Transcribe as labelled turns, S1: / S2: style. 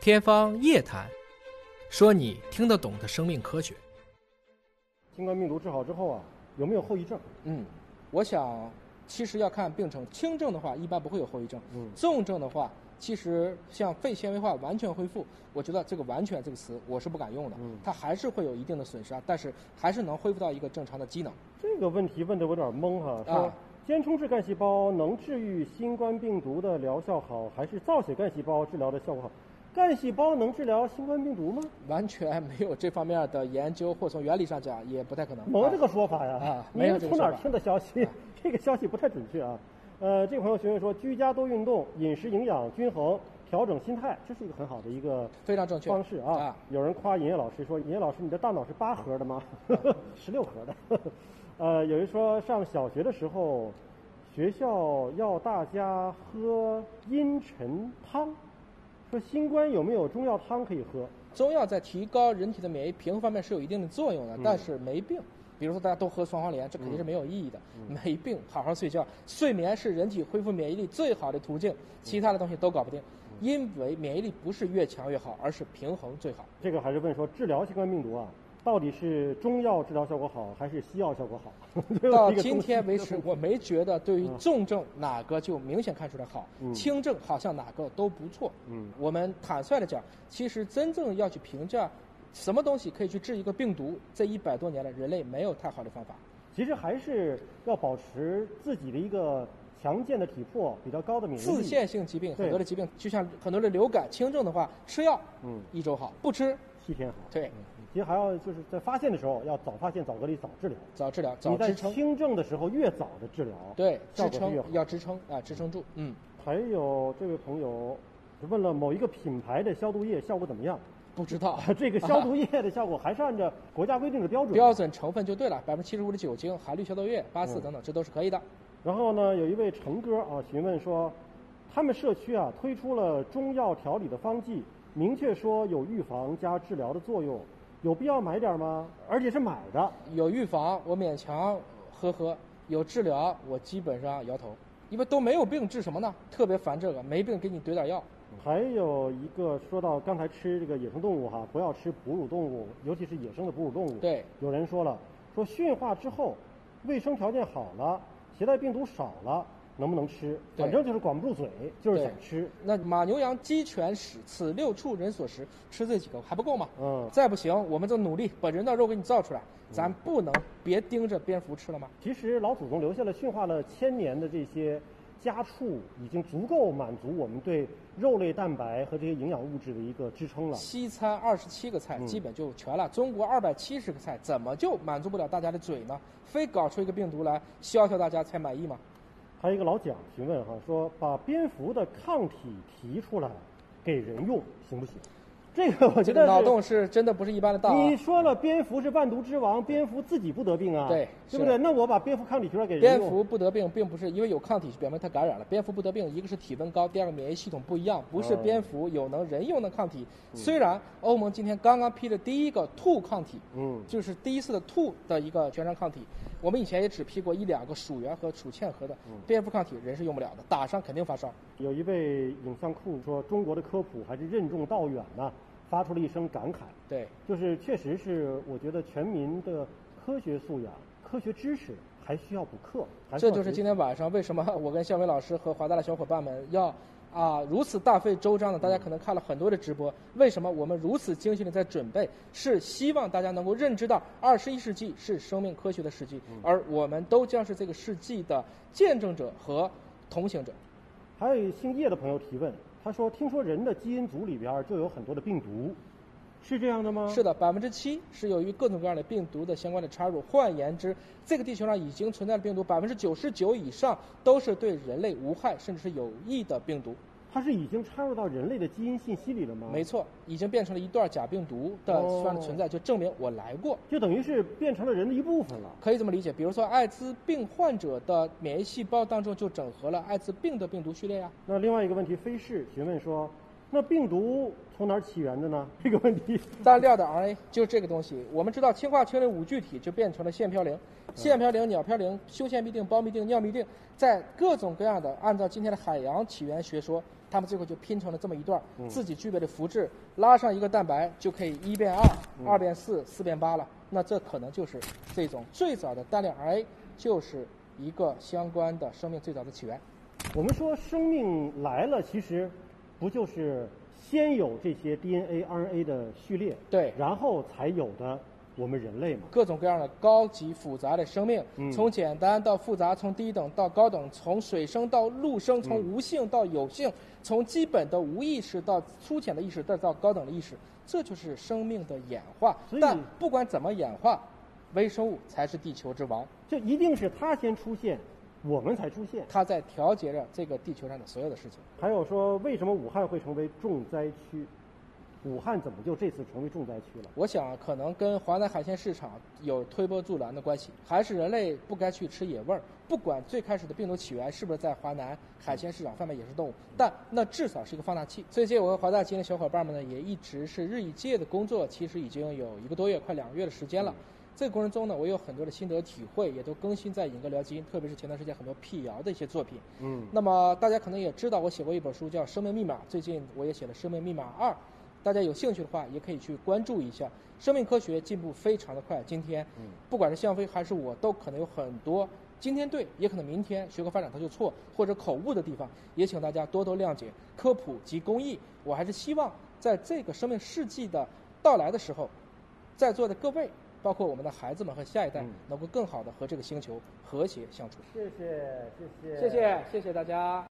S1: 天方夜谭，说你听得懂的生命科学。
S2: 新冠病毒治好之后啊，有没有后遗症？
S3: 嗯，我想其实要看病程，轻症的话一般不会有后遗症，
S2: 嗯
S3: 重症的话，其实像肺纤维化完全恢复，我觉得这个“完全”这个词我是不敢用的，
S2: 嗯
S3: 它还是会有一定的损伤，但是还是能恢复到一个正常的机能。
S2: 这个问题问的我有点懵哈、说
S3: 啊
S2: 间充质干细胞能治愈新冠病毒的疗效好，还是造血干细胞治疗的效果好？干细胞能治疗新冠病毒吗？
S3: 完全没有这方面的研究，或从原理上讲也不太可能。
S2: 没这
S3: 啊
S2: 个说法呀！
S3: 啊
S2: 你
S3: 没有
S2: 是
S3: 这个
S2: 从哪
S3: 说
S2: 儿
S3: 法啊
S2: 听的消息？ 这个消息不太准确啊。呃，这个朋友询问说，居家多运动，饮食营养均衡，调整心态，这是一个很好的一个
S3: 非常正确
S2: 方式啊。
S3: 啊
S2: 有人夸尹烨老师说，尹烨老师你的大脑是八核的吗？ 十六核的。 呃，有人说上小学的时候，学校要大家喝茵陈汤，说新冠有没有中药汤可以喝？
S3: 中药在提高人体的免疫平衡方面是有一定的作
S2: 嗯
S3: 用的，但是没病。比如说，大家都喝双黄连，这肯定是没有意义的。
S2: 嗯
S3: 没病，好好睡觉，睡眠是人体恢复免疫力最好的途径，其他的东西都搞不定。
S2: 嗯
S3: 因为免疫力不是越强越好，而是平衡最好。
S2: 这个还是问说治疗新冠病毒啊，到底是中药治疗效果好还是西药效果好？ 这
S3: 到
S2: 是一个
S3: 今天为止
S2: 中，
S3: 我没觉得对于重症哪个就明显看出来好，
S2: 嗯
S3: 轻症好像哪个都不错。
S2: 嗯
S3: 我们坦率的讲，其实真正要去评价什么东西可以去治一个病毒，这一百多年来人类没有太好的方法。
S2: 其实还是要保持自己的一个强健的体魄，比较高的免疫力。
S3: 自限性疾病，
S2: 对
S3: 很多的疾病，就像很多的流感，轻症的话吃药，
S2: 嗯
S3: 一周好；不吃，
S2: 七天好。
S3: 对，
S2: 其实还要就是在发现的时候要早发现、早隔离、早治疗。
S3: 早治疗，
S2: 你
S3: 早
S2: 在
S3: 支撑，
S2: 轻症的时候越早的治疗，
S3: 对，
S2: 效
S3: 支
S2: 果是越
S3: 撑
S2: 好。
S3: 要支撑啊，支撑住，嗯，
S2: 还有这位朋友问了某一个品牌的消毒液效果怎么样？
S3: 不知道
S2: 这个消毒液的效果还是按照国家规定的标准。
S3: 嗯标准成分就对了，百分之七十五的酒精、含氯消毒液、八
S2: 嗯
S3: 四等等，这都是可以的。
S2: 然后呢，有一位成哥啊询问说，他们社区啊推出了中药调理的方剂，明确说有预防加治疗的作用，有必要买点吗？而且是买的，
S3: 有预防，我勉强呵呵；有治疗，我基本上摇头，因为都没有病，治什么呢？特别烦这个，没病给你怼点药，
S2: 还有一个说到刚才吃这个野生动物哈、不要吃哺乳动物，尤其是野生的哺乳动物。
S3: 对，
S2: 有人说了，说驯化之后，卫生条件好了，携带病毒少了，能不能吃？
S3: 对
S2: 反正就是管不住嘴，就是想
S3: 对
S2: 吃。
S3: 那马牛羊鸡犬豕，此六畜人所食，吃这几个还不够吗？
S2: 嗯
S3: 再不行，我们就努力把人造肉给你造出来，咱不能别盯着蝙蝠吃了吗？
S2: 其实老祖宗留下了驯化了千年的这些家畜，已经足够满足我们对肉类蛋白和这些营养物质的一个支撑了。
S3: 西餐二十七个菜
S2: 嗯
S3: 基本就全了，中国二百七十个菜怎么就满足不了大家的嘴呢？非搞出一个病毒来消消大家才满意吗？
S2: 还有一个老蒋询问哈，说把蝙蝠的抗体提出来给人用 行不行？这个我觉
S3: 这
S2: 得
S3: 个
S2: 是
S3: 脑洞是真的不是一般的大啊！
S2: 你说了，蝙蝠是万毒之王，蝙蝠自己不得病啊，
S3: 对
S2: 对不
S3: 是
S2: 对？那我把蝙蝠抗体提出来给人
S3: 蝙
S2: 用，
S3: 蝠不得病，并不是因为有抗体，表明它感染了。蝙蝠不得病，一个是体温高，第二个免疫系统不一样，不
S2: 哦
S3: 是蝙蝠有能人用的抗体。
S2: 嗯
S3: 虽然欧盟今天刚刚批的第一个兔抗体，
S2: 嗯
S3: 就是第一次的兔的一个全身抗体，我们以前也只批过一两个鼠源和鼠嵌合的蝙蝠抗体，人是用不了的，打上肯定发烧。
S2: 有一位影像库说，中国的科普还是任重道远呐、发出了一声感慨。
S3: 对，
S2: 就是确实是，我觉得全民的科学素养、科学知识还需要补课。还需
S3: 这
S2: 要
S3: 就是
S2: 学习
S3: 今天晚上为什么 我跟向伟老师和华大的小伙伴们要啊如此大费周章的，大家可能看了很多的直播，为什么我们如此精心的在准备？是希望大家能够认知到，二十一世纪是生命科学的世纪，而我们都将是这个世纪的见证者和同行者。
S2: 还有姓叶的朋友提问，他说：“听说人的基因组里边儿就有很多的病毒，是这样的吗？”
S3: 是的，百分之七是由于各种各样的病毒的相关的插入。换言之，这个地球上已经存在的病毒，百分之九十九以上都是对人类无害甚至是有益的病毒。
S2: 它是已经插入到人类的基因信息里了吗？
S3: 没错，已经变成了一段假病毒的
S2: 哦
S3: 这样的存在，就证明我来过。
S2: 就等于是变成了人的一部分了。
S3: 可以这么理解，比如说艾滋病患者的免疫细胞当中就整合了艾滋病的病毒序列呀、啊
S2: 那另外一个问题，飞逝询问说：“那病毒从哪儿起源的呢？ 这个问题，
S3: 单链的 RNA 就是这个东西。我们知道氢化氢的五聚体就变成了腺嘌呤、腺嘌呤、鸟嘌呤、胸腺嘧啶、胞嘧啶、尿嘧啶，在各种各样的按照今天的海洋起源学说，他们最后就拼成了这么一段，自己具备的复制，拉上一个蛋白就可以一变二、二变四、四变八了。那这可能就是这种最早的单链 RNA，就是一个相关的生命最早的起源。
S2: 我们说生命来了，其实不就是先有这些 DNA、RNA 的序列，
S3: 对
S2: 然后才有的我们人类嘛？
S3: 各种各样的高级复杂的生命，
S2: 嗯
S3: 从简单到复杂，从低等到高等，从水生到陆生，从无性到有性，从基本的无意识到粗浅的意识，再到高等的意识，这就是生命的演化
S2: 所。以
S3: 但不管怎么演化，微生物才是地球之王，
S2: 这一定是它先出现，我们才出现。
S3: 它在调节着这个地球上的所有的事情。
S2: 还有说，为什么武汉会成为重灾区？武汉怎么就这次成为重灾区了？
S3: 我想可能跟华南海鲜市场有推波助澜的关系，还是人类不该去吃野味儿。不管最开始的病毒起源是不是在华南海鲜市场贩卖野生动物，但那至少是一个放大器。所以，这我和华大基因的小伙伴们呢，也一直是日以继的工作，其实已经有一个多月，快两个月的时间了。这个过程中呢，我有很多的心得体会，也都更新在《引哥聊基因》，特别是前段时间很多辟谣的一些作品。
S2: 嗯，
S3: 那么大家可能也知道，我写过一本书叫《生命密码》，最近我也写了《生命密码二》，大家有兴趣的话也可以去关注一下。生命科学进步非常的快，今天
S2: 嗯，
S3: 不管是向飞还是我，都可能有很多今天对，也可能明天学科发展它就错或者口误的地方，也请大家多多谅解。科普及公益，我还是希望在这个生命世纪的到来的时候，在座的各位。包括我们的孩子们和下一代
S2: 嗯，
S3: 能够更好的和这个星球和谐相处。
S2: 谢谢，谢
S3: 谢谢，谢谢大家。